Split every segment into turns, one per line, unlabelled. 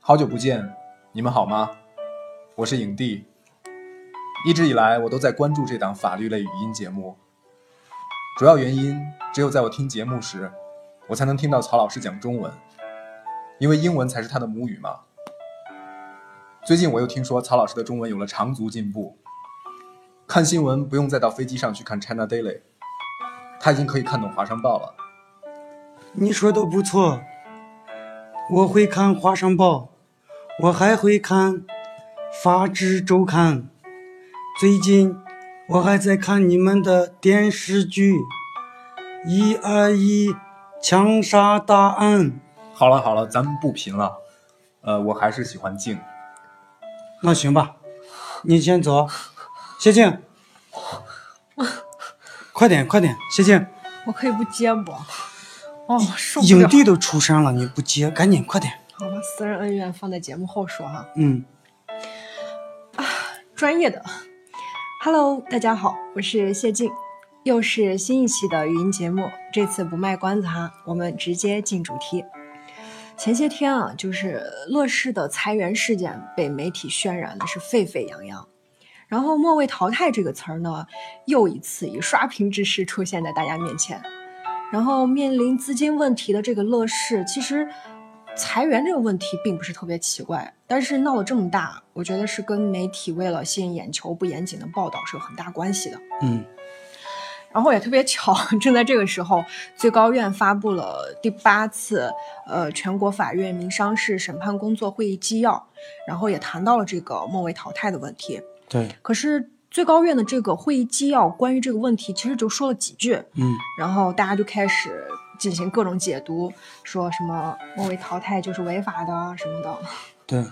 好久不见，你们好吗？我是影帝。一直以来，我都在关注这档法律类语音节目。主要原因，只有在我听节目时，我才能听到曹老师讲中文，因为英文才是他的母语嘛。最近我又听说曹老师的中文有了长足进步，看新闻不用再到飞机上去看 China Daily，他已经可以看懂《华商报》了。
你说的不错，我会看《华商报》，我还会看《法制周刊》。最近我还在看你们的电视剧《一二一枪杀大案》。
好了好了，咱们不贫了，呃，我还是喜欢静。
那行吧，你先走，谢静，快点快点，谢静，
我可以不接不？哦，受不
影
了。
帝都出山了，你不接，赶紧快点。
好吧，私人恩怨放在节目后说哈。
嗯，
专业的，Hello，大家好，我是谢静，又是新一期的语音节目，这次不卖关子哈，我们直接进主题。前些天啊，就是乐视的裁员事件被媒体渲染的是沸沸扬扬，然后“末位淘汰”这个词儿呢，又一次以刷屏之势出现在大家面前。然后面临资金问题的这个乐视，其实裁员这个问题并不是特别奇怪，但是闹得这么大，我觉得是跟媒体为了吸引眼球不严谨的报道是有很大关系的。
嗯，
然后也特别巧， 正在这个时候，最高院发布了第八次呃全国法院民商事审判工作会议纪要，然后也谈到了这个末位淘汰的问题。
对，
可是最高院的这个会议纪要关于这个问题，其实就说了几句，
嗯
然后大家就开始进行各种解读，说什么末位淘汰就是违法的啊什么的。
对，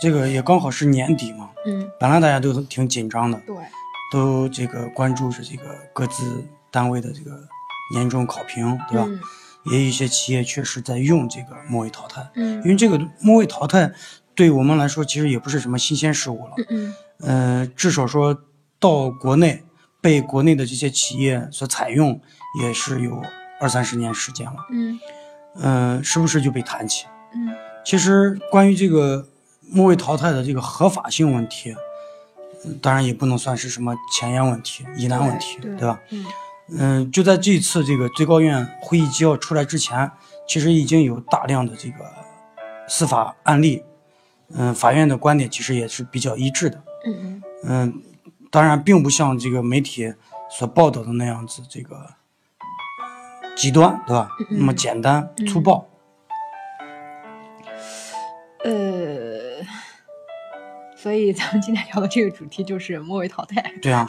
这个也刚好是年底嘛，
嗯，
本来大家都挺紧张的，
对，
都这个关注着这个各自单位的这个年终考评，对吧？
嗯
也有一些企业确实在用这个末位淘汰，因
嗯
为这个末位淘汰对我们来说其实也不是什么新鲜事物了。
嗯
呃，至少说到国内被国内的这些企业所采用，也是有二三十年时间了。
嗯
呃，时不时就被谈起。
嗯
其实关于这个末位淘汰的这个合法性问题，嗯当然也不能算是什么前沿问题、疑难问题，
对对
吧？
嗯
嗯、就在这次这个最高院会议纪要出来之前，其实已经有大量的这个司法案例，嗯、法院的观点其实也是比较一致的。
嗯
嗯，当然并不像这个媒体所报道的那样子，这个极端，对吧？那么简单粗暴。
嗯，呃，所以咱们今天聊的这个主题就是末位淘汰。
对啊，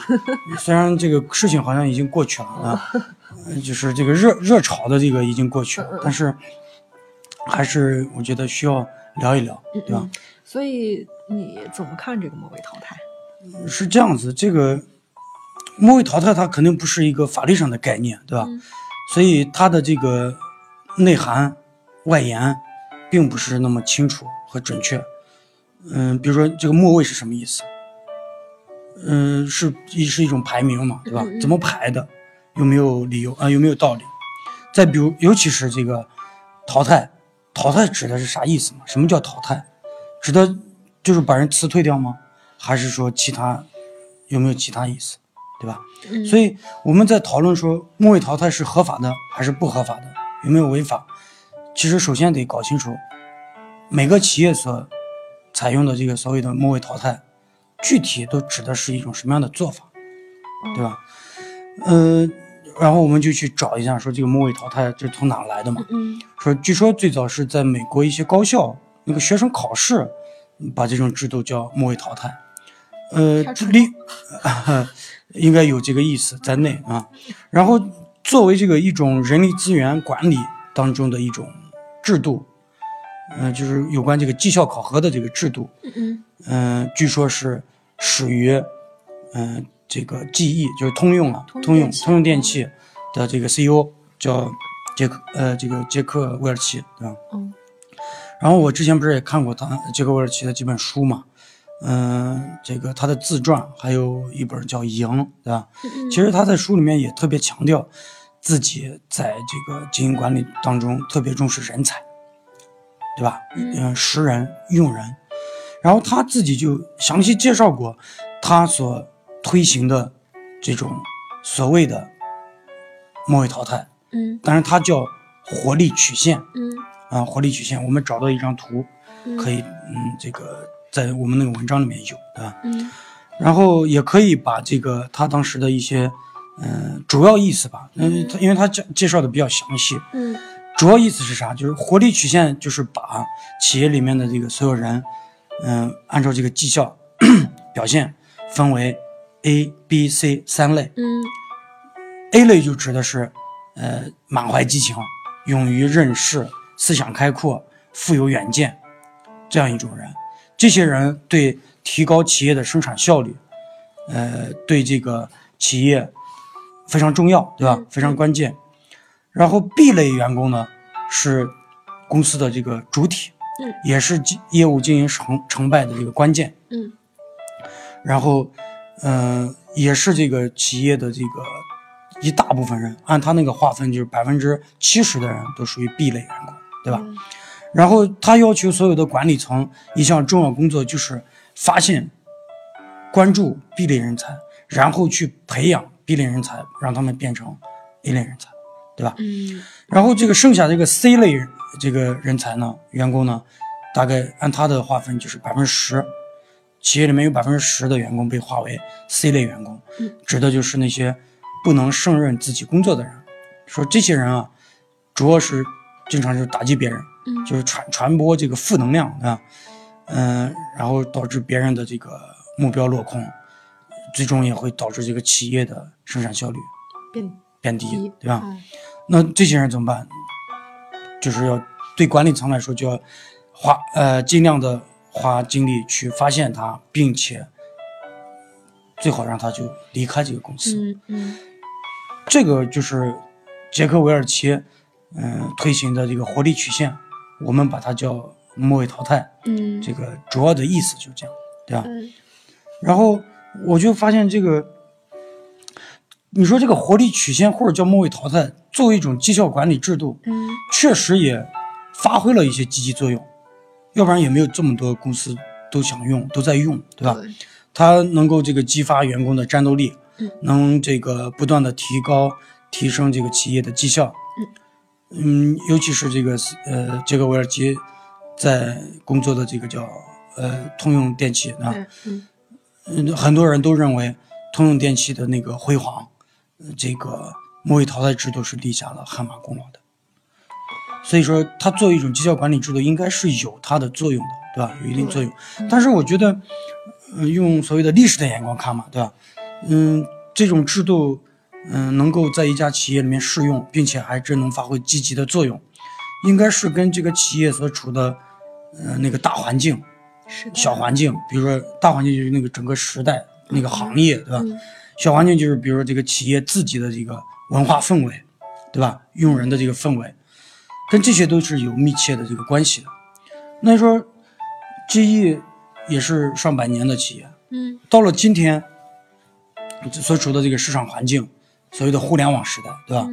虽然这个事情好像已经过去了啊，呃就是这个热热潮的这个已经过去了，但是还是我觉得需要聊一聊，
嗯
对吧？
所以你怎么看这个末位淘汰？
是这样子，这个末位淘汰它肯定不是一个法律上的概念，对吧？所以它的这个内涵、外延，并不是那么清楚和准确。嗯，比如说这个末位是什么意思？嗯，是一是一种排名嘛，对吧？怎么排的？有没有理由啊、有没有道理？再比如，尤其是这个淘汰，淘汰指的是啥意思嘛？什么叫淘汰？指的就是把人辞退掉吗？还是说其他有没有其他意思，对吧？
嗯
所以我们在讨论说末位淘汰是合法的还是不合法的，有没有违法，其实首先得搞清楚每个企业所采用的这个所谓的末位淘汰，具体都指的是一种什么样的做法，对吧？嗯、然后我们就去找一下说这个末位淘汰这是从哪来的嘛？
嗯
说据说最早是在美国一些高校那个学生考试，嗯把这种制度叫末位淘汰。呃
太，蠢了
另、 应该有这个意思在内啊。然后作为这个一种人力资源管理当中的一种制度，嗯、就是有关这个绩效考核的这个制度，
嗯
嗯、据说是始于，嗯、这个技艺就是通用了，通
通用
用
电器
通用电器的这个 CEO 叫杰克，呃，这个杰克韦尔奇，对吧？
嗯
然后我之前不是也看过他杰克韦尔奇的几本书嘛，嗯、这个他的自传，还有一本叫《赢》，对吧？其实他在书里面也特别强调自己在这个经营管理当中特别重视人才，对吧？嗯，识人、用人。然后他自己就详细介绍过他所推行的这种所谓的末位淘汰，
嗯
但是它叫活力曲线啊、
嗯
活力曲线。我们找到一张图，
嗯，
可以，嗯，这个在我们那个文章里面有，对吧？
嗯
然后也可以把这个他当时的一些，嗯、主要意思吧，嗯，他因为他介介绍的比较详细，
嗯
主要意思是啥？就是活力曲线，就是把企业里面的这个所有人，嗯、按照这个绩效 表现分为 A、B、C 三类。
嗯
A 类就指的是，呃，满怀激情，勇于任事，思想开阔，富有远见，这样一种人。这些人对提高企业的生产效率，呃，对这个企业非常重要，对吧
嗯？
非常关键。然后 B 类员工呢，是公司的这个主体，
嗯
也是经业务经营成成败的这个关键。
嗯
然后，嗯、也是这个企业的这个一大部分人，按他那个划分，就是百分之七十的人都属于 B 类员工，对吧？
嗯
然后他要求所有的管理层一项重要工作就是发现、关注 B 类人才，然后去培养 B 类人才，让他们变成 A 类人才，对吧？
嗯
然后这个剩下这个 C 类人这个人才呢，员工呢，大概按他的划分就是百分之十，企业里面有百分之十的员工被划为 C 类员工
嗯，
指的就是那些不能胜任自己工作的人。说这些人啊，主要是经常就是打击别人，
嗯
就是传传播这个负能量啊，嗯、然后导致别人的这个目标落空，最终也会导致这个企业的生产效率
变
变低
低，
对吧？
嗯
那这些人怎么办？就是要对管理层来说，就要花呃尽量的花精力去发现他，并且最好让他就离开这个公司。
嗯嗯
这个就是杰克韦尔奇嗯、推行的这个活力曲线，我们把它叫末位淘汰。
嗯
这个主要的意思就这样，对吧？
嗯
然后我就发现这个，你说这个活力曲线或者叫末位淘汰，作为一种绩效管理制度，
嗯
确实也发挥了一些积极作用，要不然也没有这么多公司都想用，都在用，对吧？
对
它能够这个激发员工的战斗力
嗯，
能这个不断的提高、提升这个企业的绩效。嗯，尤其是这个呃，杰克韦尔奇在工作的这个叫呃通用电气啊，
嗯
嗯，很多人都认为通用电气的那个辉煌，呃这个末位淘汰制度是立下了汗马功劳的。所以说，它作为一种绩效管理制度，应该是有它的作用的，对吧？有一定作用。但是我觉得，呃，用所谓的历史的眼光看嘛，对吧？嗯，这种制度，嗯、能够在一家企业里面适用，并且还真能发挥积极的作用，应该是跟这个企业所处的，呃，那个大环境，
是的
小环境，比如说大环境就是那个整个时代那个行业，对吧？
嗯
小环境就是比如说这个企业自己的这个文化氛围，对吧？用人的这个氛围，跟这些都是有密切的这个关系的。那你说，GE 也是上百年的企业，
嗯
到了今天所处的这个市场环境，所谓的互联网时代，对吧？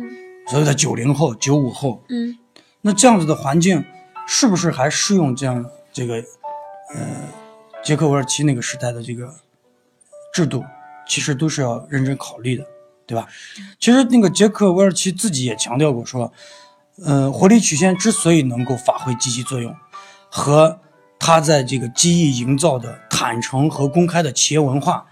所谓的九零后、九五后，
嗯
那这样子的环境，是不是还适用这样这个，呃，杰克韦尔奇那个时代的这个制度？其实都是要认真考虑的，对吧？其实那个杰克韦尔奇自己也强调过说，呃，活力曲线之所以能够发挥积极作用，和他在这个机翼营造的坦诚和公开的企业文化，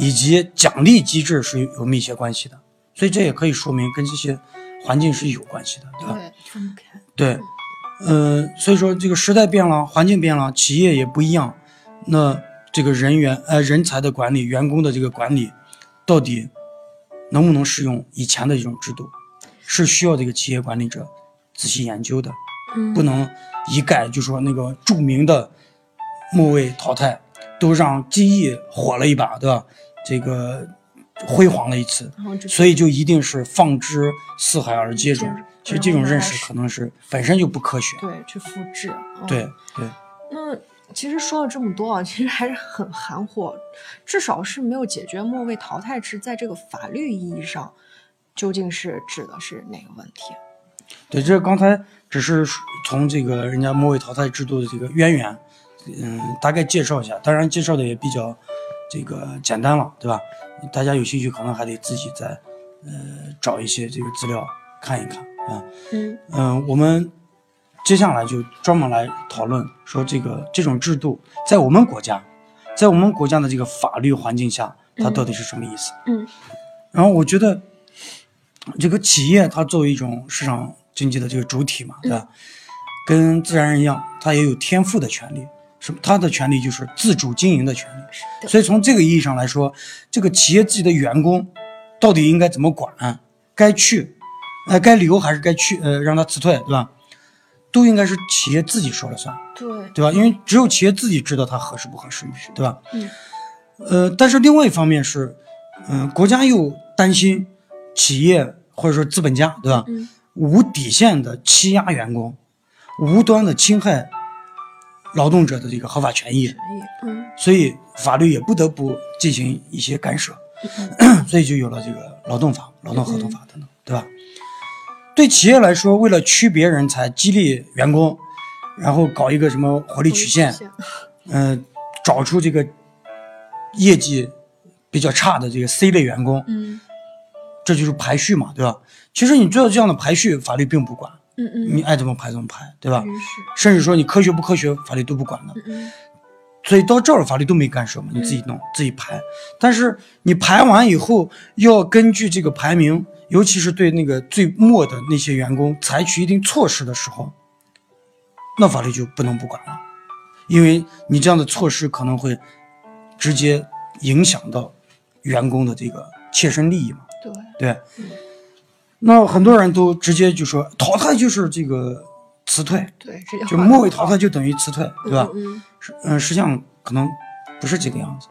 以及奖励机制是有密切关系的。所以这也可以说明跟这些环境是有关系的，对吧？
对分不开
对，呃，所以说这个时代变了，环境变了，企业也不一样，那这个人员呃人才的管理，员工的这个管理，到底能不能适用以前的这种制度，是需要这个企业管理者仔细研究的，
嗯
不能一概就说那个著名的末位淘汰，都让 GE 火了一把，对吧？这个辉煌了一次，
然后就
所以就一定是放之四海而皆准
这样。
其实这种
然后
认
大家
识
是
可能是本身就不科学。
对去复制
对对
哦那其实说了这么多啊，其实还是很含糊，至少是没有解决末位淘汰制在这个法律意义上究竟是指的是哪个问题。
对，这刚才只是从这个人家末位淘汰制度的这个渊源，嗯，大概介绍一下，当然介绍的也比较这个简单了，对吧？大家有兴趣可能还得自己再呃找一些这个资料看一看啊。
嗯
嗯，我们接下来就专门来讨论说这个这种制度在我们国家，在我们国家的这个法律环境下，它到底是什么意思？
嗯
然后我觉得，这个企业它作为一种市场经济的这个主体嘛，对吧？跟自然人一样，它也有天赋的权利，什么？它的权利就是自主经营的权利。
的
所以从这个意义上来说，这个企业自己的员工到底应该怎么管？该去，呃，该留还是该去？呃，让他辞退，对吧？都应该是企业自己说了算，
对，
对吧？因为只有企业自己知道它合适不合适嘛，对吧？
嗯
呃，但是另外一方面是，嗯、国家又担心企业或者说资本家，对吧？
嗯
无底线的欺压员工，无端的侵害劳动者的这个合法权益，
嗯
所以法律也不得不进行一些干涉， 所以就有了这个劳动法、劳动合同法等等，对吧？对企业来说，为了区别人才、激励员工，然后搞一个什么活力曲线，嗯、找出这个业绩比较差的这个 C 类员工，
嗯
这就是排序嘛，对吧？其实你做这样的排序，法律并不管，
嗯嗯，
你爱怎么排怎么排，对吧？
真是
甚至说你科学不科学，法律都不管的。
嗯
所以到这儿法律都没干涉嘛，你自己弄、自己排。但是你排完以后，要根据这个排名，尤其是对那个最末的那些员工采取一定措施的时候，那法律就不能不管了，因为你这样的措施可能会直接影响到员工的这个切身利益嘛。
对，
对，那很多人都直接就说淘汰就是这个辞退，
对，这句
就
话
末
很
位
好
淘汰就等于辞退，对吧？
嗯
实嗯，实际上可能不是这个样子。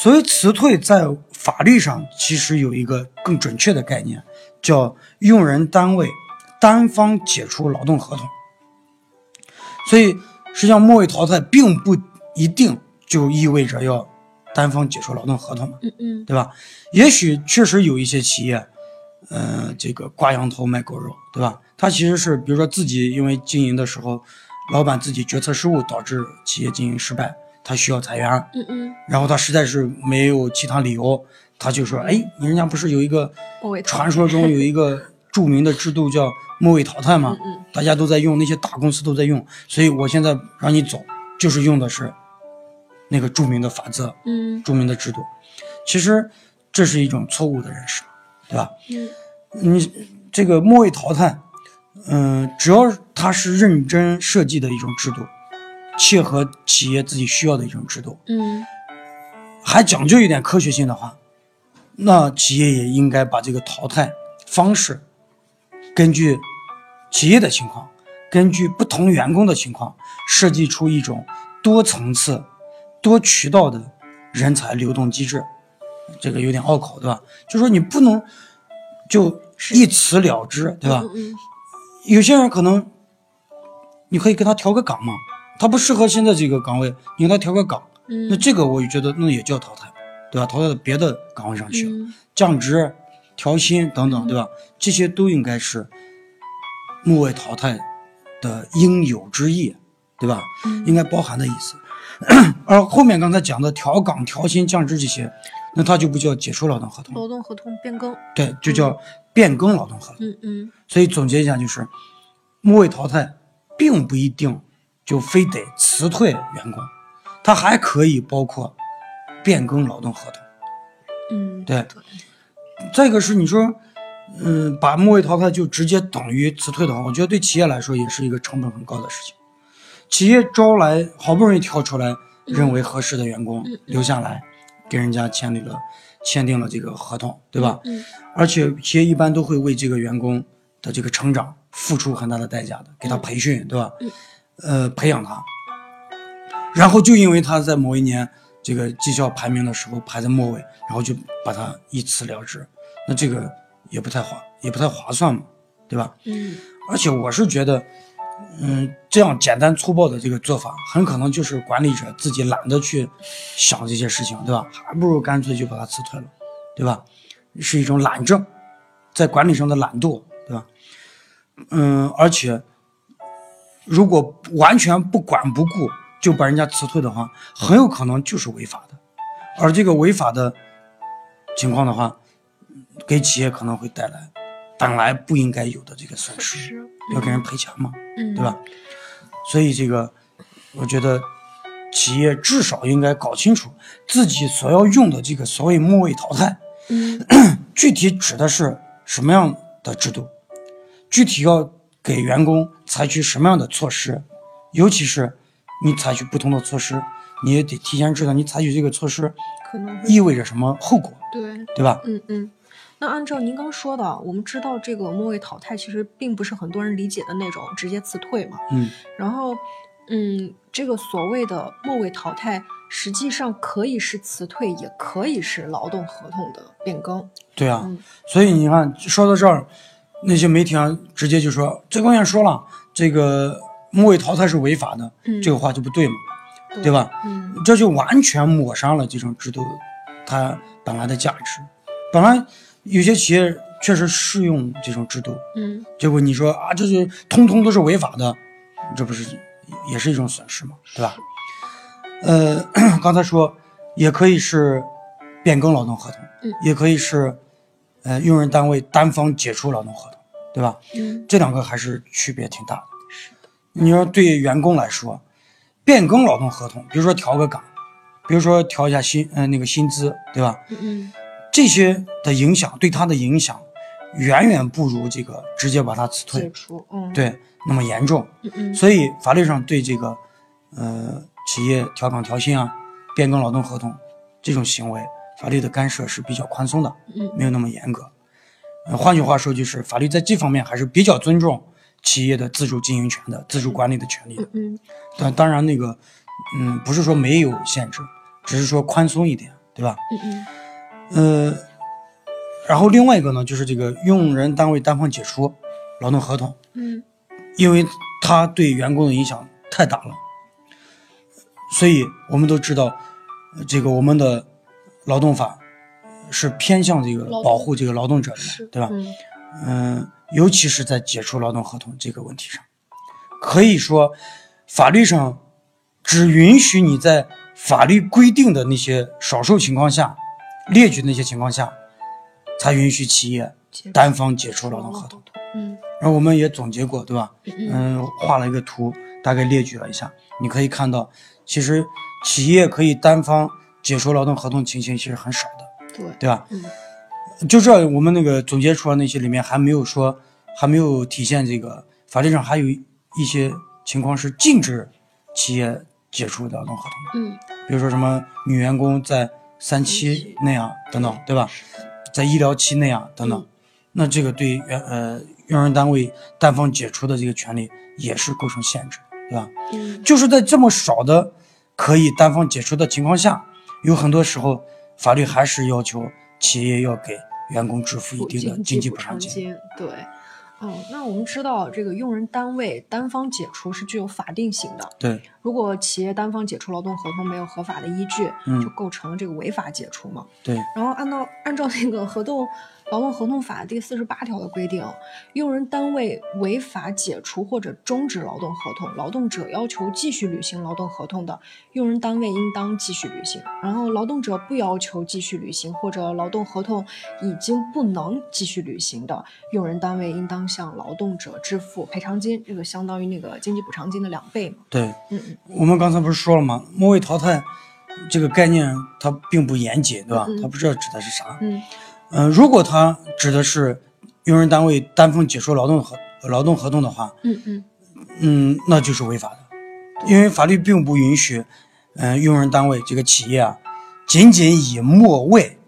所谓辞退，在法律上其实有一个更准确的概念，叫用人单位单方解除劳动合同。所以，实际上末位淘汰并不一定就意味着要单方解除劳动合同嘛，
嗯嗯
对吧？也许确实有一些企业，呃，这个挂羊头卖狗肉，对吧？他其实是比如说自己因为经营的时候，老板自己决策失误导致企业经营失败，他需要裁员，
嗯嗯，
然后他实在是没有其他理由，他就说，哎，你人家不是有一个
末位淘汰
传说中有一个著名的制度叫末位淘汰
嗯
吗？大家都在用，那些大公司都在用，所以我现在让你走，就是用的是那个著名的法则。
嗯
著名的制度。其实这是一种错误的认识，对吧？
嗯
你这个末位淘汰，嗯、只要它是认真设计的一种制度，切合企业自己需要的一种制度，
嗯
还讲究一点科学性的话，那企业也应该把这个淘汰方式，根据企业的情况，根据不同员工的情况，设计出一种多层次、多渠道的人才流动机制。这个有点拗口，对吧？就说你不能就一辞了之，对吧？
嗯
有些人可能你可以给他调个岗嘛，他不适合现在这个岗位，你给他调个岗，
嗯
那这个我也觉得那也叫淘汰，对吧？淘汰到别的岗位上去了，
嗯
降职、调薪等等，对吧？这些都应该是末位淘汰的应有之义，对吧？
嗯
应该包含的意思。 而后面刚才讲的调岗、调薪、降职这些，那它就不叫解除劳动合同，
劳动合同变更，
对，就叫变更劳动合同。
嗯嗯
所以总结一下就是，末位淘汰并不一定就非得辞退员工，它还可以包括变更劳动合同。
嗯，
对再一个是你说，嗯，把末位淘汰就直接等于辞退的话，我觉得对企业来说也是一个成本很高的事情。企业招来好不容易挑出来认为合适的员工留下来，给人家签订了签订了这个合同，对吧？
嗯
而且企业一般都会为这个员工的这个成长付出很大的代价的，给他培训，对吧？呃，培养他，然后就因为他在某一年这个绩效排名的时候排在末尾，然后就把他一辞了之，那这个也不太划，也不太划算嘛，对吧？
嗯
而且我是觉得，嗯，这样简单粗暴的这个做法，很可能就是管理者自己懒得去想这些事情，对吧？还不如干脆就把它辞退了，对吧？是一种懒政，在管理上的懒惰，对吧？嗯，而且如果完全不管不顾就把人家辞退的话，很有可能就是违法的，而这个违法的情况的话，给企业可能会带来本来不应该有的这个损失，
是，
要给人赔钱嘛。
嗯，
对吧？？所以这个，我觉得企业至少应该搞清楚自己所要用的这个所谓末位淘汰，
嗯，
具体指的是什么样的制度，具体要给员工采取什么样的措施，尤其是你采取不同的措施，你也得提前知道你采取这个措施
可能会
意味着什么后果，
对，
对吧？
嗯嗯。那按照您刚说的，我们知道这个末位淘汰其实并不是很多人理解的那种直接辞退嘛。
嗯，
然后，嗯，这个所谓的末位淘汰，实际上可以是辞退，也可以是劳动合同的变更。
对啊，
嗯
所以你看，说到这儿，那些媒体上直接就说，最高院说了，这个末位淘汰是违法的，
嗯
这个话就不对嘛，对吧？
嗯
这就完全抹杀了这种制度它本来的价值。本来有些企业确实适用这种制度，
嗯，
结果你说啊，这是通通都是违法的，这不是也是一种损失吗？对吧？呃， 刚才说也可以是变更劳动合同，
嗯
也可以是呃用人单位单方解除劳动合同，对吧？
嗯
这两个还是区别挺大的。你说对员工来说，变更劳动合同，比如说调个岗，比如说调一下薪，呃，那个薪资，对吧？
嗯
这些的影响对他的影响，远远不如这个直接把他辞
解
退，
除，嗯，，
对，那么严重。
嗯嗯
所以法律上对这个，呃，企业调岗调薪啊、变更劳动合同这种行为，法律的干涉是比较宽松的，
嗯
没有那么严格。呃，换句话说，就是法律在这方面还是比较尊重企业的自主经营权的、自主管理的权利的。
嗯嗯，
但当然，那个，嗯，不是说没有限制，只是说宽松一点，对吧？
嗯嗯
呃，然后另外一个呢，就是这个用人单位单方解除劳动合同，
嗯
因为它对员工的影响太大了，所以我们都知道，呃这个我们的劳动法是偏向这个
劳动
保护这个劳动者的
是，
嘛，对吧？
嗯
嗯、尤其是在解除劳动合同这个问题上，可以说法律上只允许你在法律规定的那些少数情况下，列举那些情况下，才允许企业
解
单方解除劳动合同。，
嗯
然后我们也总结过，对吧？
嗯嗯
嗯，画了一个图，大概列举了一下，你可以看到，其实企业可以单方解除劳动合同情形其实很少的，
对，
对吧？
嗯
就这，我们那个总结出来那些里面还没有说，还没有体现这个法律上还有一些情况是禁止企业解除劳动合同
嗯
的，比如说什么女员工在三期内啊等等，对吧？在医疗期内啊等等，
嗯
那这个对员呃用人单位单方解除的这个权利也是构成限制，对吧？
嗯
就是在这么少的可以单方解除的情况下，有很多时候法律还是要求企业要给员工支付一定的经济
补
补偿金。
金，对。哦，那我们知道这个用人单位单方解除是具有法定性的，
对，
如果企业单方解除劳动合同没有合法的依据，
嗯
就构成这个违法解除嘛。
对，
然后按照按照那个合同劳动合同法第四十八条的规定，用人单位违法解除或者终止劳动合同，劳动者要求继续履行劳动合同的，用人单位应当继续履行；然后劳动者不要求继续履行或者劳动合同已经不能继续履行的，用人单位应当向劳动者支付赔偿金，这个相当于那个经济补偿金的两倍嘛。
对，
嗯嗯
我们刚才不是说了吗？末位淘汰这个概念它并不严谨，对吧
嗯？
它不知道指的是啥。
嗯
嗯、如果它指的是用人单位单方解除劳动合劳动合同的话，
嗯嗯
嗯，那就是违法的，因为法律并不允许，嗯、用人单位这个企业啊，仅仅以末位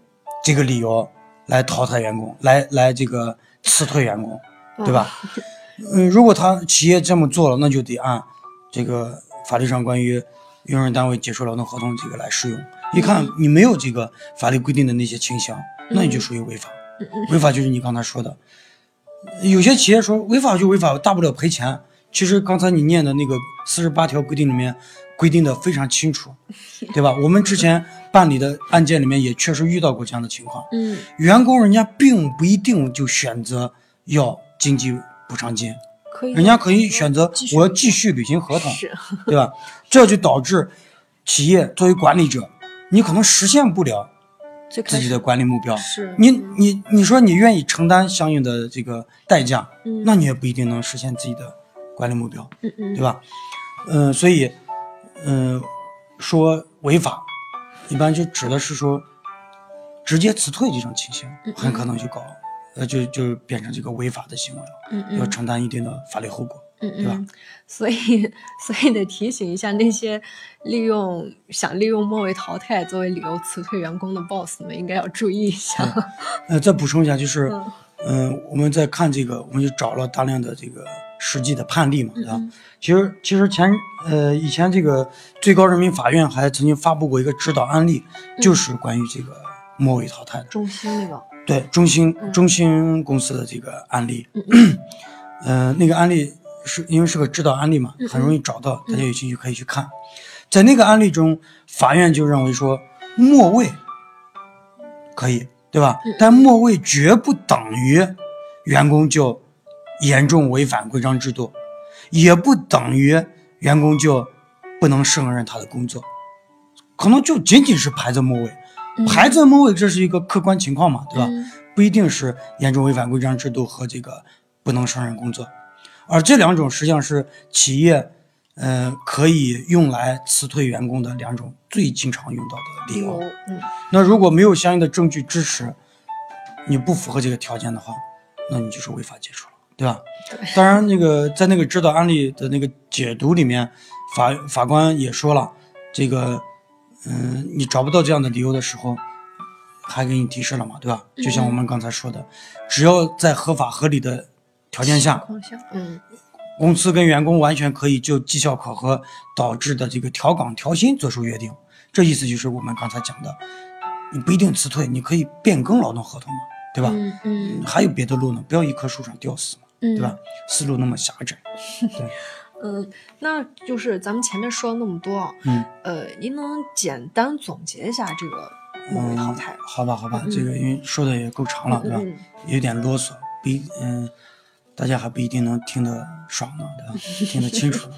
这个理由来淘汰员工，来来这个辞退员工，对吧？ 嗯、如果他企业这么做了，那就得按这个法律上关于用人单位解除劳动合同这个来适用。一看你没有这个法律规定的那些倾向，那你就属于违法。
嗯嗯
违法就是你刚才说的，有些企业说违法就违法，大不了赔钱。其实刚才你念的那个四十八条规定里面规定的非常清 楚，对吧？我们之前办理的案件里面也确实遇到过这样的情况，
嗯
员工人家并不一定就选择要经济补偿金，
可以，
人家可以选择
嗯继续
我要继续履行合同，
是
对吧？这就导致企业作为管理者，你可能实现不了
最开
自
始
己的管理目标。
是
你你你说你愿意承担相应的这个代价，
嗯
那你也不一定能实现自己的管理目标，
嗯嗯
对吧？嗯、所以，嗯、说违法，一般就指的是说直接辞退这种情形，很可能就搞，呃，就就变成这个违法的行为了，
嗯嗯
要承担一定的法律后果。
嗯
对吧
嗯，所以所以得提醒一下那些利用想利用末位淘汰作为理由辞退员工的 boss 们，应该要注意一下。
呃，再补充一下，就是，
嗯
嗯、我们在看这个，我们就找了大量的这个实际的判例嘛，对吧？其实，其实前呃以前这个最高人民法院还曾经发布过一个指导案例，就是关于这个末位淘汰的，
中兴那个，
对中兴中兴公司的这个案例， 呃，那个案例是因为是个指导案例嘛，很容易找到，大家有兴趣可以去看。在那个案例中，法院就认为说末位可以，对吧？但末位绝不等于员工就严重违反规章制度，也不等于员工就不能胜任他的工作，可能就仅仅是排在末位。
嗯
排在末位，这是一个客观情况嘛，对吧？不一定是严重违反规章制度和这个不能胜任工作，而这两种实际上是企业，呃，可以用来辞退员工的两种最经常用到的理
理
由。
由，嗯
那如果没有相应的证据支持，你不符合这个条件的话，那你就是违法解除了，对吧？当然，那个在那个指导案例的那个解读里面，法法官也说了，这个，嗯、你找不到这样的理由的时候，还给你提示了嘛，对吧？就像我们刚才说的，只要在合法合理的条件下，
况下，嗯
公司跟员工完全可以就绩效考核导致的这个调岗调薪作出约定。这意思就是我们刚才讲的，你不一定辞退，你可以变更劳动合同嘛，对吧？
嗯嗯
还有别的路呢，不要一棵树上吊死嘛，
嗯，
对吧？思路那么狭窄。
嗯，那就是咱们前面说了那么多啊，
嗯
呃，您能简单总结一下这个末
嗯，
位淘汰？
好吧，好吧，这个因为说的也够长了，对吧
嗯嗯嗯？
有点啰嗦，不一嗯，大家还不一定能听得爽呢，对吧？听得清 楚呢。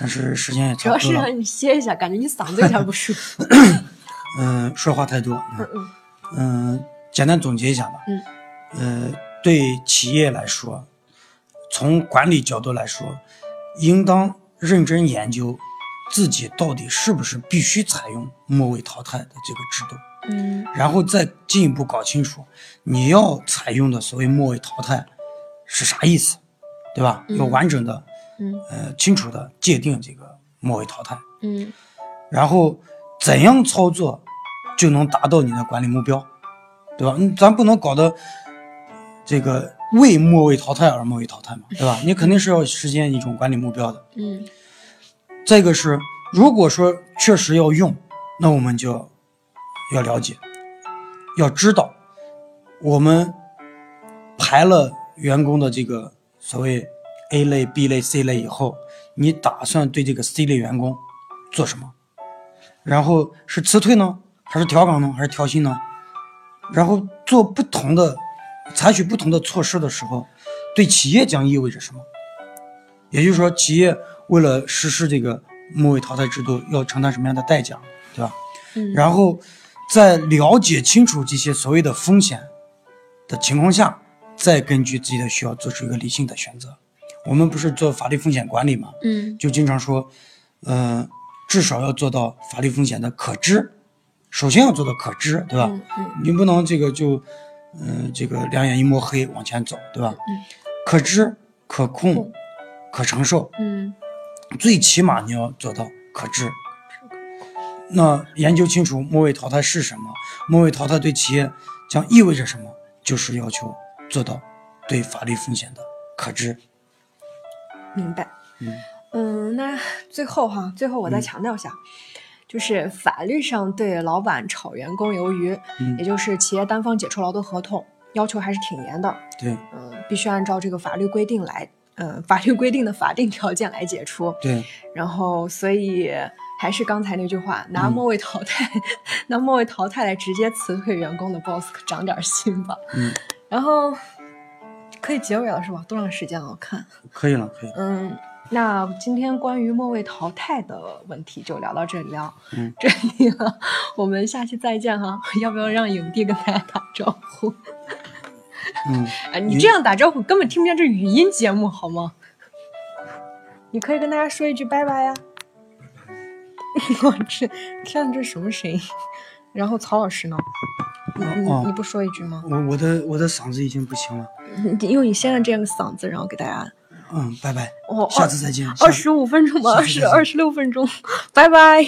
但是时间也
主
差
要
不
是
多了
让，你歇一下，感觉你嗓子有点不舒服。
嗯、说话太多，嗯
嗯嗯
嗯，简单总结一下吧。
嗯，
呃，对企业来说，从管理角度来说，应当认真研究自己到底是不是必须采用末位淘汰的这个制度，
嗯
然后再进一步搞清楚你要采用的所谓末位淘汰是啥意思，对吧？要完整的、
嗯
呃清楚的界定这个末位淘汰，
嗯
然后怎样操作就能达到你的管理目标，对吧？嗯咱不能搞得这个为末位淘汰而末位淘汰嘛，对吧？你肯定是要实现一种管理目标的。
嗯
再一个是，如果说确实要用，那我们就要了解，要知道我们排了员工的这个所谓 A 类、B 类、C 类以后，你打算对这个 C 类员工做什么？然后是辞退呢，还是调岗呢，还是调薪呢？然后做不同的，采取不同的措施的时候，对企业将意味着什么？也就是说，企业为了实施这个末位淘汰制度，要承担什么样的代价，对吧？
嗯
然后在了解清楚这些所谓的风险的情况下，再根据自己的需要做出一个理性的选择。我们不是做法律风险管理嘛，
嗯
就经常说，呃，至少要做到法律风险的可知，首先要做到可知，对吧？
嗯嗯
你不能这个就，嗯、这个两眼一抹黑往前走，对吧？
嗯
可知、可控、可承受，
嗯
最起码你要做到可知。那研究清楚末位淘汰是什么，末位淘汰对企业将意味着什么，就是要求做到对法律风险的可知。
明白。嗯，那最后哈，最后我再强调一下，就是法律上对老板炒员工鱿鱼，也就是企业单方解除劳动合同，要求还是挺严的。
对，
嗯、必须按照这个法律规定来。呃法律规定的法定条件来解除。
对，
然后所以还是刚才那句话，拿末位淘汰， 拿末位淘汰来直接辞退员工的 boss，可长点心吧。
嗯，
然后可以结尾了是吧？多长时间了？我看，
可以了，可以了。
嗯。那今天关于末位淘汰的问题就聊到这里了，
嗯
这里了，我们下期再见哈、要不要让影帝跟大家打招呼？
嗯，
哎，你这样打招呼根本听不见这语音节目好吗？你可以跟大家说一句拜拜呀、 我这天哪，这什么声音？然后曹老师呢？你你
哦
你不说一句吗？
我我的我的嗓子已经不行了。
你用你现在这样的嗓子，然后给大家
嗯，拜拜，
哦，
下次再见。
二
下次
十五分钟吧，二
下次
十
再见
二十六分钟，拜拜。